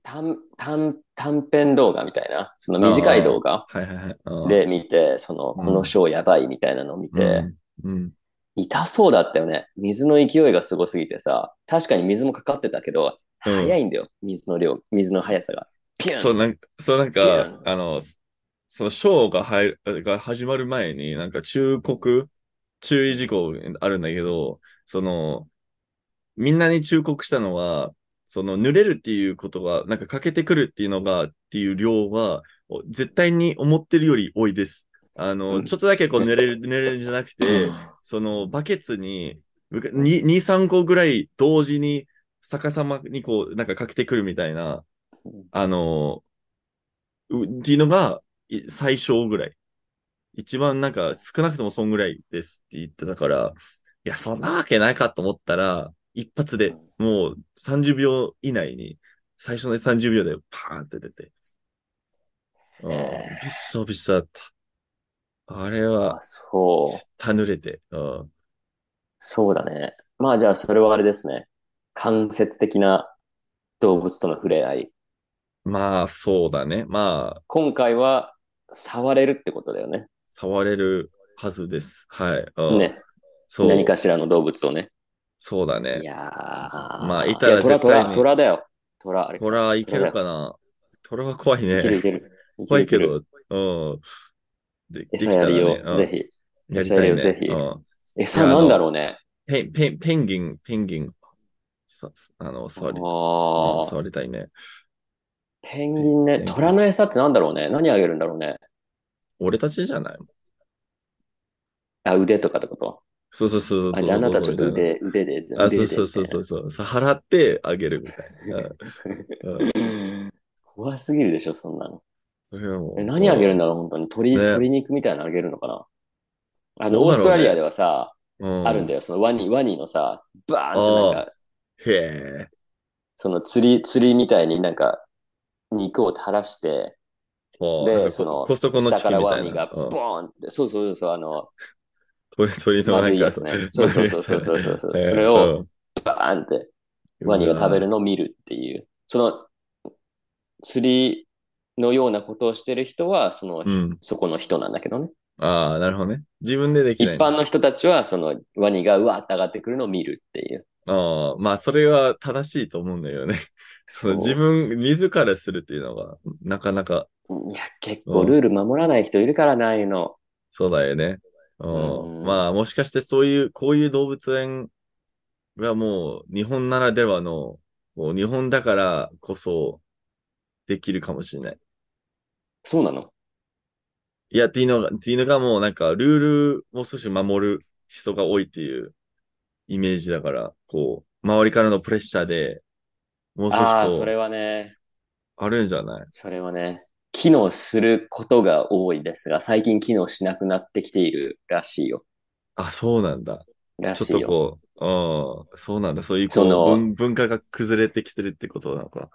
Speaker 2: 短、短、短編動画みたいな、その短い動画
Speaker 1: はいはいはいうん。
Speaker 2: で見て、その、
Speaker 1: うん
Speaker 2: このショーやばいみたいなのを見
Speaker 1: う
Speaker 2: て、
Speaker 1: ん、うん。
Speaker 2: 痛そうだったよね。水の勢いがすごすぎてさ、確かに水もかかってたけど、
Speaker 1: うん
Speaker 2: 速いんだよ、水の量、水の速さが。ピュン
Speaker 1: そう、なんか、そう、なん
Speaker 2: ピュ
Speaker 1: か
Speaker 2: ン、
Speaker 1: あの、その、ショーが入る、が始まる前に、なんか、忠告、注意事項あるんだけど、その、みんなに忠告したのは、その、濡れるっていうことが、なんか、欠けてくるっていうのが、っていう量は、お絶対に思ってるより多いです。あ
Speaker 2: う
Speaker 1: の、
Speaker 2: ん
Speaker 1: ちょっとだけこう、濡れる、濡れるんじゃなくて、その、バケツに、2、3個ぐらい同時に、逆さまにこう、なんかかけてくるみたいな、あの、うっていうのが、い最小ぐらい。一番なんか少なくともそんぐらいですって言ってたから、いや、そんなわけないかと思ったら、一発でもう30秒以内に、最初の30秒でパーンって出て。うん、
Speaker 2: え
Speaker 1: びっそびっそだった。あれは
Speaker 2: あ、そう。
Speaker 1: たぬれて。うん
Speaker 2: そうだね。まあじゃあそれはあれですね。間接的な動物との触れ合い。
Speaker 1: まあ、そうだね。まあ、
Speaker 2: 今回は触れるってことだよね。
Speaker 1: 触れるはずです。はい。うん、
Speaker 2: ね。
Speaker 1: そう。
Speaker 2: 何かしらの動物をね。
Speaker 1: そうだね
Speaker 2: い。やー。
Speaker 1: ま
Speaker 2: ま
Speaker 1: あいたら
Speaker 2: 虎、
Speaker 1: 絶対
Speaker 2: 虎、
Speaker 1: に
Speaker 2: 虎だよ。虎、アレク
Speaker 1: ト
Speaker 2: サ
Speaker 1: ラいけるかなトラは怖い
Speaker 2: いけるい
Speaker 1: ね。
Speaker 2: ける。いけ
Speaker 1: (laughs) 怖
Speaker 2: る
Speaker 1: い
Speaker 2: い
Speaker 1: け
Speaker 2: ける。
Speaker 1: ど、うん。でできた
Speaker 2: 餌や
Speaker 1: らね
Speaker 2: りを、
Speaker 1: うん
Speaker 2: ぜひ。
Speaker 1: やりたいね。
Speaker 2: 餌やりをぜひ
Speaker 1: うん
Speaker 2: 餌なんだろうね。
Speaker 1: ペン、ペン、ペンギン、ペンギン、さあの、触り、
Speaker 2: あー
Speaker 1: 触りたいね。
Speaker 2: ペンギン
Speaker 1: ペンギ
Speaker 2: ね。
Speaker 1: ン
Speaker 2: 虎の餌ってなんだろうね。何あげるんだろうね。
Speaker 1: 俺たちじゃない
Speaker 2: あ、腕とかってこと
Speaker 1: そうそうそう。
Speaker 2: あ、じゃああ
Speaker 1: ど
Speaker 2: な
Speaker 1: うぞ
Speaker 2: たちょっと
Speaker 1: どうぞみたいな
Speaker 2: 腕、腕で、
Speaker 1: あ、
Speaker 2: 腕
Speaker 1: そう
Speaker 2: で
Speaker 1: そうそうそ
Speaker 2: み
Speaker 1: うそう。さ払ってあげるみたいな。うんうん
Speaker 2: たいな。 (laughs) 怖すぎるでしょ、そんなの。
Speaker 1: それはもう
Speaker 2: え何あげるん
Speaker 1: だ
Speaker 2: だろう、本当に。鶏、
Speaker 1: ね
Speaker 2: 鶏肉みたいなのあげるのかな。あの、
Speaker 1: どうだろう
Speaker 2: オー
Speaker 1: ね
Speaker 2: ストラリアではさ、あ
Speaker 1: あ
Speaker 2: るんだ
Speaker 1: よ。
Speaker 2: よ。そのワニ、ワニのさ、バーンってなんか、
Speaker 1: へえ。
Speaker 2: その釣り、釣りみたいになんか、肉を垂らして、
Speaker 1: ほうなん
Speaker 2: で、
Speaker 1: か
Speaker 2: その、
Speaker 1: コストコの
Speaker 2: 下
Speaker 1: チキ
Speaker 2: か
Speaker 1: ン
Speaker 2: ら
Speaker 1: みた
Speaker 2: ワ
Speaker 1: い
Speaker 2: ニが
Speaker 1: な。うん
Speaker 2: ボーンって、そうそうそう、あの、
Speaker 1: 鳥、鳥の (laughs) な
Speaker 2: 丸
Speaker 1: ん
Speaker 2: いや
Speaker 1: か
Speaker 2: つね。そうそうそうそうそうそうそう。それ
Speaker 1: を
Speaker 2: をバーンって、ワニが食べるのを見るっていう。その、釣りのようなことをしてる人は、そ
Speaker 1: う
Speaker 2: の、
Speaker 1: ん
Speaker 2: そこの人なんだけどね。
Speaker 1: ああ、なるほどね。自分ででき
Speaker 2: 一
Speaker 1: ない。
Speaker 2: 般の人たちは、そのワニがうわーって上がってくるのを見るっていう。
Speaker 1: ああ、まあ、それは正しいと思うんだよね。 (laughs) そう自分、自らするっていうのが、なかなか、
Speaker 2: いや、結構ルール守らない人いるからな、ああいうの。
Speaker 1: そうだよね。うん
Speaker 2: うん
Speaker 1: まあ、もしかしてそういう、こういう動物園がもう、日本ならではの、こう日本だからこそ、できるかもしれない。
Speaker 2: そうなの
Speaker 1: いや、っていうのが、っていうのがもうなんか、ルールを少し守る人が多いっていうイメージだから、こう、周りからのプレッシャーで、もう少しこう、
Speaker 2: あ
Speaker 1: あ
Speaker 2: あ、それはね、
Speaker 1: るんじゃない
Speaker 2: それはね、機能することが多いですが、最近機能しなくなってきているらしいよ。
Speaker 1: あ、そうなんだ。
Speaker 2: ら
Speaker 1: ち
Speaker 2: し
Speaker 1: ょ
Speaker 2: い
Speaker 1: っと
Speaker 2: よ。
Speaker 1: こう、うん、そうなんだ。そういうこ
Speaker 2: そうの
Speaker 1: 文、文化が崩れてきてるってことなのか。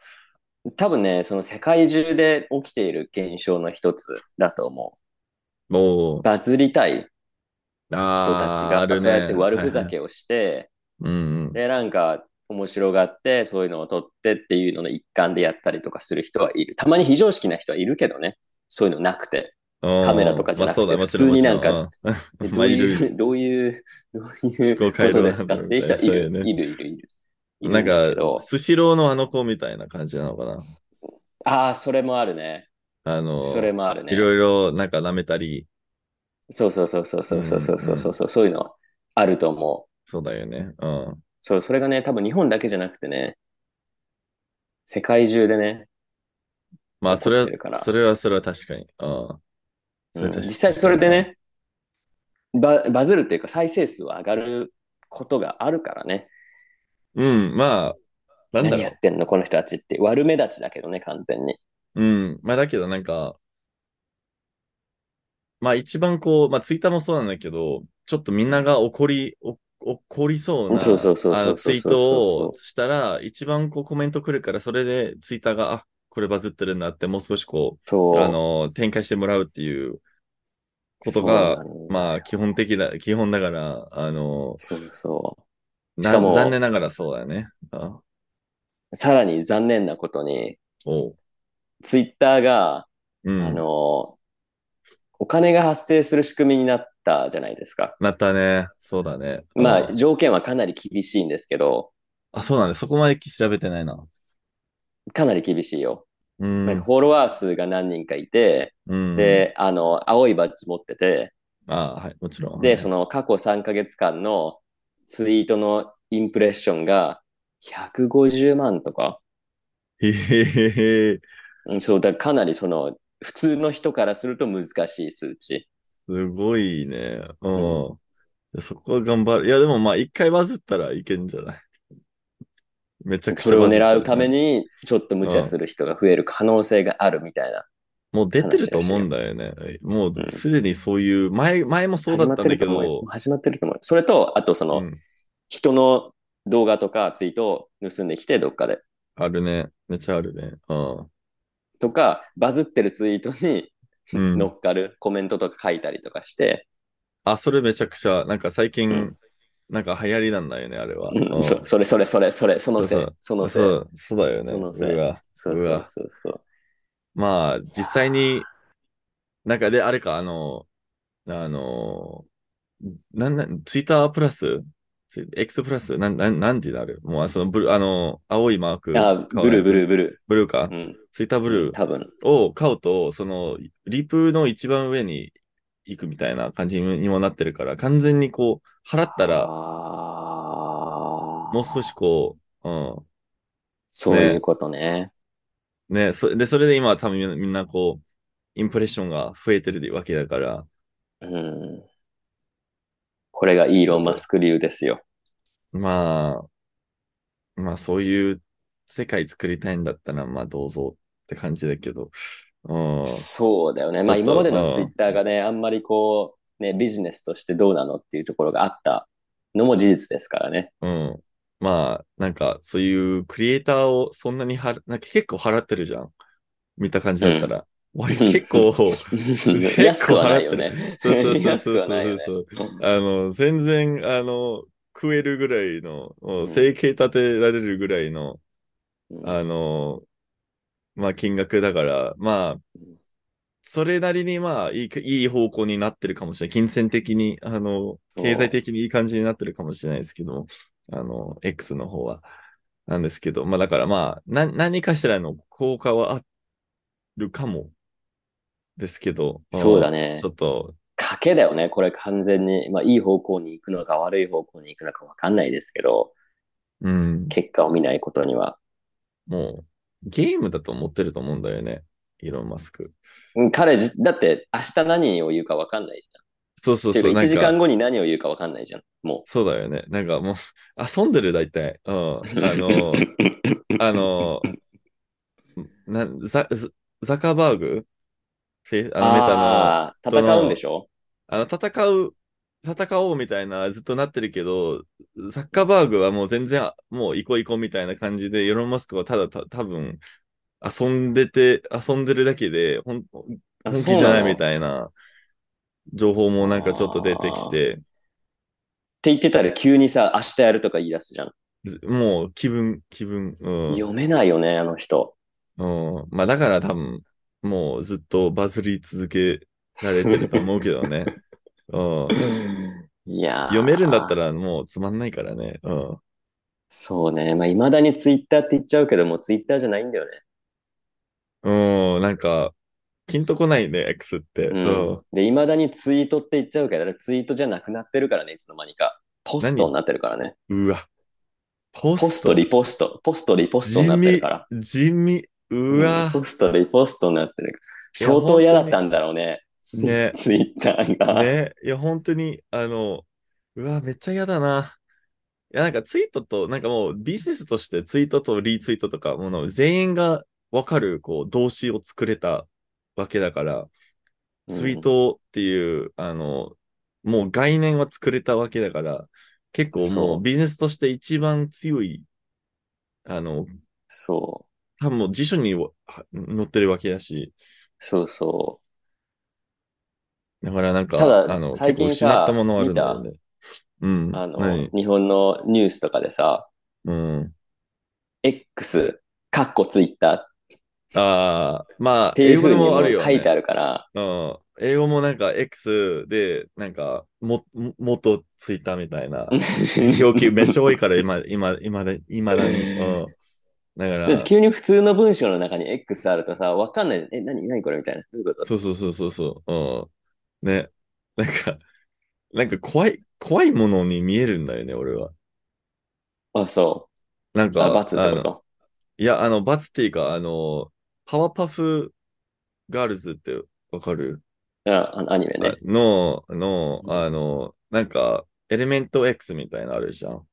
Speaker 2: 多分ね、その世界中で起きている現象の一つだと思
Speaker 1: も
Speaker 2: う。
Speaker 1: う、
Speaker 2: バズりたい人たち
Speaker 1: ああ、
Speaker 2: が、
Speaker 1: あるね。
Speaker 2: そうやって悪ふざ
Speaker 1: はいはい
Speaker 2: けをして、
Speaker 1: うんうん。
Speaker 2: で、なんか面白がって、そういうのを取ってっていうのの一環でやったりとかする人はいる。たまに非常識な人はいるけどね、そういうのなくて。カメラとかじゃなくて
Speaker 1: まあそうだ
Speaker 2: 普通になんか、
Speaker 1: (laughs) もちろ
Speaker 2: で
Speaker 1: んもちろんうん
Speaker 2: どう
Speaker 1: マイルール
Speaker 2: いう、どういう、どういう
Speaker 1: 思考
Speaker 2: こ
Speaker 1: 回
Speaker 2: と
Speaker 1: 路
Speaker 2: ですかっていう人はい
Speaker 1: なんだ
Speaker 2: る、
Speaker 1: ろうね
Speaker 2: いる、いる、いる。いる
Speaker 1: なん
Speaker 2: だ
Speaker 1: か
Speaker 2: けど、
Speaker 1: スシローのあの子みたいな感じなのかな。
Speaker 2: ああ、それもあるね。
Speaker 1: あの、
Speaker 2: それもあるね
Speaker 1: い。ろいろなんか舐めたり、
Speaker 2: そうそうそうそうそうそうそうそうそうそう、そういうのあると思う。
Speaker 1: そうだよね。うん。
Speaker 2: そう、それがね、多分日本だけじゃなくてね、世界中でね、
Speaker 1: まあ、それ
Speaker 2: 怒ってるから
Speaker 1: は、それは、それは確かに。うん。それは
Speaker 2: うん
Speaker 1: 確かに
Speaker 2: 実際それで。ね、ババズるっていうか再生数は上がることがあるからね。
Speaker 1: うん、まあ、なんだ
Speaker 2: 何
Speaker 1: ろ
Speaker 2: や
Speaker 1: う
Speaker 2: っ。てんのこの人たちって。悪目立ちだけどね、完全に。
Speaker 1: うん。まあ、だけどなんか、まあ一番こう、まあツイッターもそうなんだけど、ちょっとみんなが怒り、お怒りそうな
Speaker 2: そうそうそうそう
Speaker 1: あのツイート
Speaker 2: そうそう
Speaker 1: をしたら、一番こうコメント来るから、それでツイッターが、あ、これバズってるんだって、もう少しこう、
Speaker 2: そう。
Speaker 1: あの、展開してもらうっていうこと
Speaker 2: そうな
Speaker 1: が、
Speaker 2: のよ
Speaker 1: まあ基本的だ、基本だから、あの、
Speaker 2: そうそし
Speaker 1: な
Speaker 2: かも
Speaker 1: 残念ながらそうだね。あ
Speaker 2: う。さらに残念なことに、
Speaker 1: おう。
Speaker 2: ツイッターが、
Speaker 1: うん。
Speaker 2: あの、お金が発生する仕組みになったじゃないですか。
Speaker 1: なったね。そうだね。
Speaker 2: ま
Speaker 1: う
Speaker 2: あ、
Speaker 1: ん
Speaker 2: 条件はかなり厳しいんですけど、
Speaker 1: あ、そうなんだ。そこまで調べてないな。
Speaker 2: かなり厳しいよ。
Speaker 1: うん。
Speaker 2: なんかフォロワー数が何人かいて、
Speaker 1: うん、
Speaker 2: で、あの、青いバッジ持ってて、
Speaker 1: あはい、もちろん。は
Speaker 2: で、
Speaker 1: い
Speaker 2: その過去3ヶ月間のツイートのインプレッションが150万とか、
Speaker 1: へへへへ、
Speaker 2: うんそう、だからかなりその、普通の人からすると難しい数値。
Speaker 1: すごいね。うん。
Speaker 2: う
Speaker 1: そこは頑張る。いや、でもまあ、一回バズったらいけんじゃないめちゃくちゃ
Speaker 2: それを
Speaker 1: バズったら
Speaker 2: 狙うため。に、ちょっと無茶する人が増える可能性があるみたいな。
Speaker 1: もう出てると思うんだよね。もうすでにそういう、前、前もそうだ
Speaker 2: 始
Speaker 1: っ
Speaker 2: まった
Speaker 1: ん
Speaker 2: て
Speaker 1: だ
Speaker 2: る
Speaker 1: け
Speaker 2: と思うよ
Speaker 1: ど。。
Speaker 2: 始まってると思うよ。それと、あとその、
Speaker 1: うん
Speaker 2: 人の動画とかツイートを盗んできて、どっかで。
Speaker 1: あるね。めっちゃあるね。
Speaker 2: (laughs)
Speaker 1: うん
Speaker 2: とか、バズってるツイートに
Speaker 1: うん。
Speaker 2: 乗っかるコメントとか書いたりとかして、
Speaker 1: あ、それめちゃくちゃ、なんか最近、
Speaker 2: うん
Speaker 1: なんか流行りなんだよね、あれは。
Speaker 2: うん
Speaker 1: うん
Speaker 2: そそれそれそれそれ、そのせい、そのせい
Speaker 1: そ。う、そうだよね。
Speaker 2: そのせいう
Speaker 1: わ
Speaker 2: そう
Speaker 1: うわ
Speaker 2: そうそうそう。
Speaker 1: まあ、実際に、なんかで、あれか、あの、あの、なんなん、ツイッタープラスツイ ?X プラスなん、なん、なんてなるもう、あその、ブル、あの、青いマーク。
Speaker 2: あ、ブルーブルー
Speaker 1: ー。
Speaker 2: ブル
Speaker 1: ブルーか
Speaker 2: ー。う。ん。
Speaker 1: ツイッターブル
Speaker 2: 多分。
Speaker 1: ーを買うと、その、リプの一番上に行くみたいな感じにもなってるから、完全にこう、払ったら、
Speaker 2: あー
Speaker 1: もう少しこう、うん。
Speaker 2: そういうことね。
Speaker 1: ね、そで、それで今は多分みんなこう、インプレッションが増えてるわけだから、
Speaker 2: うん。これがイーロン・マスク流ですよ。
Speaker 1: まあ、まあそういう世界作りたいんだったら、まあどうぞって感じだけど、うん、
Speaker 2: そうだよね。まあ
Speaker 1: ちょっと
Speaker 2: 今まで
Speaker 1: う
Speaker 2: の
Speaker 1: ん
Speaker 2: ツイッターがね、あんまりこう、ね、ビジネスとしてどうなのっていうところがあったのも事実ですからね。
Speaker 1: うん。まあ、なんかそういうクリエイターをそんなには、なんか結構払ってるじゃん。見た感じだったら。割と結構、
Speaker 2: 安くはないよね。
Speaker 1: そうそうそう
Speaker 2: 安
Speaker 1: そ
Speaker 2: く
Speaker 1: う
Speaker 2: はないよね
Speaker 1: そう
Speaker 2: (laughs)
Speaker 1: そう。あの、全然、あの、食えるぐらいの、もう生計立てられるぐらいの、
Speaker 2: うん
Speaker 1: あの、まあ、金額だから、まあ
Speaker 2: うん、
Speaker 1: それなりに、まあ、いい、いい方向になってるかもしれない。金銭的に、あの、
Speaker 2: そう
Speaker 1: 経済的にいい感じになってるかもしれないですけども、あの、X の方は。なんですけど、まあだからまあ、な、何かしらの効果はあるかも、ですけど。
Speaker 2: そうだね
Speaker 1: ちょっと、
Speaker 2: 賭けだよね、これ完全に。まあ、いい方向に行くのか悪い方向に行くのかわかんないですけど、
Speaker 1: うん、
Speaker 2: 結果を見ないことには。
Speaker 1: もう、ゲームだと思ってると思うんだよね。イーロン・マスク。
Speaker 2: うん彼じ、だって明日何を言うかわかんないじ
Speaker 1: そうそ
Speaker 2: ゃん。
Speaker 1: うそう。
Speaker 2: ていう
Speaker 1: な
Speaker 2: か
Speaker 1: ん
Speaker 2: 1
Speaker 1: か
Speaker 2: 時間後に何を言うかわかんないじゃん。も
Speaker 1: そうだよね。なんかもう、遊んでる、大体。うん。あ
Speaker 2: う。
Speaker 1: の、あの、なザザザカバーグフ (laughs) ェイあのメタの、
Speaker 2: あー戦うんでしょ
Speaker 1: あの、戦う、戦おうみたいな、ずっとなってるけど、ザッカーバーグはもう全然、もう行こう行こうみたいな感じで、イーロン・マスクはただた、多分遊んでて、遊んでるだけで、ほん本
Speaker 2: あ
Speaker 1: 気じゃないみ
Speaker 2: い。った
Speaker 1: いな、情報もなんかちょっと出てきて、
Speaker 2: て言ってたら急にさ、明日やるとか言い出すじゃん。
Speaker 1: ずもう気分、気分、うん。
Speaker 2: 読めないよね、あの人。
Speaker 1: うん。まあだから多分、もうずっとバズり続けられてると思うけどね。うん。
Speaker 2: いや
Speaker 1: 読めるんだった
Speaker 2: ら。
Speaker 1: らもうつまんないからね。うん。
Speaker 2: そうね。まあ、未だにツイッターって言っちゃうけども、ツイッターじゃないんだよね。
Speaker 1: うん、なんか、ピンとこないね、X って。う。
Speaker 2: うんん。で、未だにツイートって言っちゃうけど、ツイートじゃなくなってるからね、いつの間にか。ポストになってるからね。
Speaker 1: うわ。ポ
Speaker 2: ポスト、リポスト。ポスト、リポストになってるから。
Speaker 1: 地味。う
Speaker 2: うん
Speaker 1: わ。
Speaker 2: ポスト、リポストになってる。
Speaker 1: いや
Speaker 2: 相当嫌だったんだろうね。
Speaker 1: 当にね
Speaker 2: ツイッター (laughs) が。
Speaker 1: ね。いや、本当に、あの、うわ、めっちゃ嫌だな。いや、なんかツイートと、なんかもうビジネスとしてツイートとリツイートとか、もの全員がわかる、こう、動詞を作れたわけだから、
Speaker 2: うん
Speaker 1: ツイートっていう、あの、もう概念は作れたわけだから、結構も
Speaker 2: そうう
Speaker 1: ビジネスとして一番強い、あの、
Speaker 2: そう。
Speaker 1: 多分もう辞書には載ってるわけだし、
Speaker 2: そうそ
Speaker 1: だからなんか、
Speaker 2: ただ
Speaker 1: あの、
Speaker 2: 最
Speaker 1: 結構
Speaker 2: 近さ
Speaker 1: 失ったものはあるんだろうね。うん。
Speaker 2: う。あの
Speaker 1: 何、
Speaker 2: 日本のニュースとかでさ、
Speaker 1: うん。
Speaker 2: X、カッコツイッターっ
Speaker 1: ああ、まあ、
Speaker 2: てい
Speaker 1: 英
Speaker 2: うふ
Speaker 1: 語
Speaker 2: う
Speaker 1: で
Speaker 2: に
Speaker 1: も
Speaker 2: も
Speaker 1: あるよ、
Speaker 2: う
Speaker 1: ね。
Speaker 2: 書いてあるから、
Speaker 1: うん。英語もなんか X で、なんか、も、も元ツイッターみたいな。表記めっちゃ多いから、今、今、今で、今だに。うん。だか
Speaker 2: だって
Speaker 1: ら、
Speaker 2: (laughs) 急に普通の文章の中に X あるとさ、わかんないじゃん。え、何何これみたいな。どういうこと
Speaker 1: そうそうそうそうそう。うん。ね。なんか、なんか怖い、怖いものに見えるんだよね、俺は。
Speaker 2: あ、そ
Speaker 1: なん
Speaker 2: う。
Speaker 1: か、
Speaker 2: あ、罰ってこ
Speaker 1: あの
Speaker 2: と。
Speaker 1: いや、あの、罰っていうか、あの、パワーパフガールズってわかる
Speaker 2: ああのアニメね。
Speaker 1: の、の、あの、なんか、エレメント X みたいなのあるじゃん。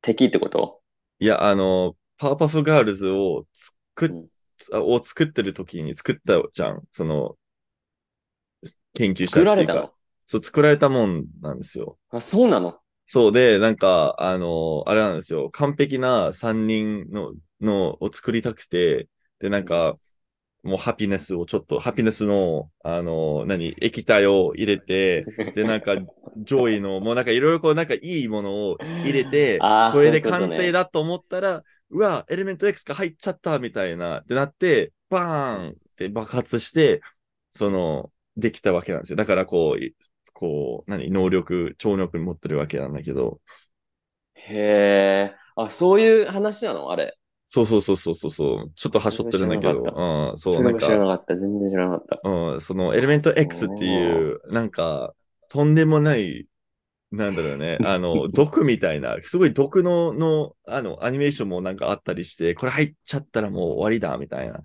Speaker 2: 敵ってこと
Speaker 1: いや、あの、パワーパフガールズを作っ、
Speaker 2: うん
Speaker 1: を作ってる時に作ったじゃん。その、研究者ってい
Speaker 2: 作
Speaker 1: うか。
Speaker 2: られたの
Speaker 1: そう、作られたもんなんですよ。
Speaker 2: あ、そうなの
Speaker 1: そうで、なんか、あの、あれなんですよ。完璧な3人の、の、を作りたくて、で、なんか、もうハピネスをちょっと、ハピネスの、あの、何、液体を入れて、で、なんか、上位の、もうなんかいろいろこう、なんかいいものを入れて、
Speaker 2: (laughs) あー
Speaker 1: これで
Speaker 2: そういうこ
Speaker 1: 完
Speaker 2: とね
Speaker 1: 成だと思ったら、うわ、エレメント X が入っちゃった、みたいな、ってなって、バーンって爆発して、その、できたわけなんですよ。だからこう、いこう、何、能力、超能力持ってるわけなんだけど、
Speaker 2: へえ。あ、そういう話なのあれ。
Speaker 1: そうそうそうそうそうそう、ちょっと端折ってるんだけ
Speaker 2: そ
Speaker 1: ど
Speaker 2: れも知らな、
Speaker 1: うん、そ、
Speaker 2: そうれ
Speaker 1: なん
Speaker 2: も知ら
Speaker 1: か、
Speaker 2: なかった。全然知らなかった。
Speaker 1: うん、その、エレメント X っていう、なんか、とんでもない、なんだろう
Speaker 2: (laughs)
Speaker 1: ね、あの、毒みたいな、すごい毒の、の、あの、アニメーションもなんかあったりして、これ入っちゃったらもう終わりだ、みたいな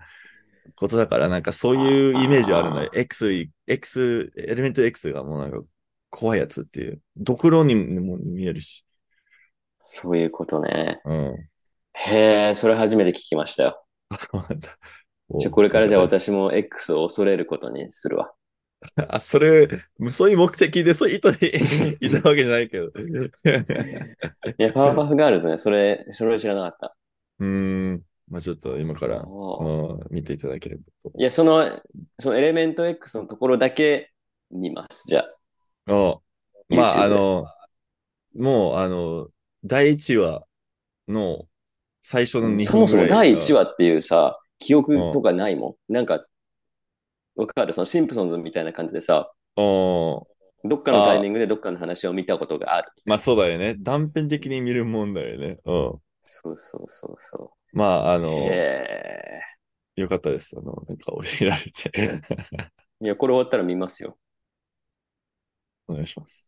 Speaker 1: ことだから、なんかそういうイメージはあるんだよ。X、X、エレメント X がもうなんか、怖いやつっていう、毒論にも見えるし、
Speaker 2: そういうことね。
Speaker 1: うん。
Speaker 2: へえ、それ初めて聞きましたよ。
Speaker 1: あ、そうなんだ。
Speaker 2: (laughs) じゃあこれからじゃあ
Speaker 1: おー。
Speaker 2: 私も X を恐れることにするわ。
Speaker 1: (laughs) あ、それ、そういう目的で、そういう意図で (laughs) いたわけじゃないけど。う
Speaker 2: いや、パワーパフガールズね。それ、それ知らなかった。
Speaker 1: ーん。まあちょっと今から、
Speaker 2: そ
Speaker 1: う
Speaker 2: う
Speaker 1: ん見ていただければと。
Speaker 2: いや、その、そのエレメント X のところだけ見ます。じゃあ。
Speaker 1: うんま
Speaker 2: YouTube
Speaker 1: あ、
Speaker 2: で
Speaker 1: あの、もう、あの、第1話の最初の2分ぐらい。
Speaker 2: そもそも第1話っていうさ、記憶
Speaker 1: うん
Speaker 2: とかないもん。なんか、わかるそのシンプソンズみたいな感じでさ、
Speaker 1: うん。
Speaker 2: どっかのタイミングでどっかの話を見たことがある。
Speaker 1: まあそうだよね。断片的に見るもんだよね。う
Speaker 2: そうそうそうそ
Speaker 1: ん。まあ、あ
Speaker 2: う。
Speaker 1: の、
Speaker 2: え
Speaker 1: よかったです。あの、なんか教えられて。 (laughs)
Speaker 2: えいや、これ終わったら見ますよ。
Speaker 1: お願いします。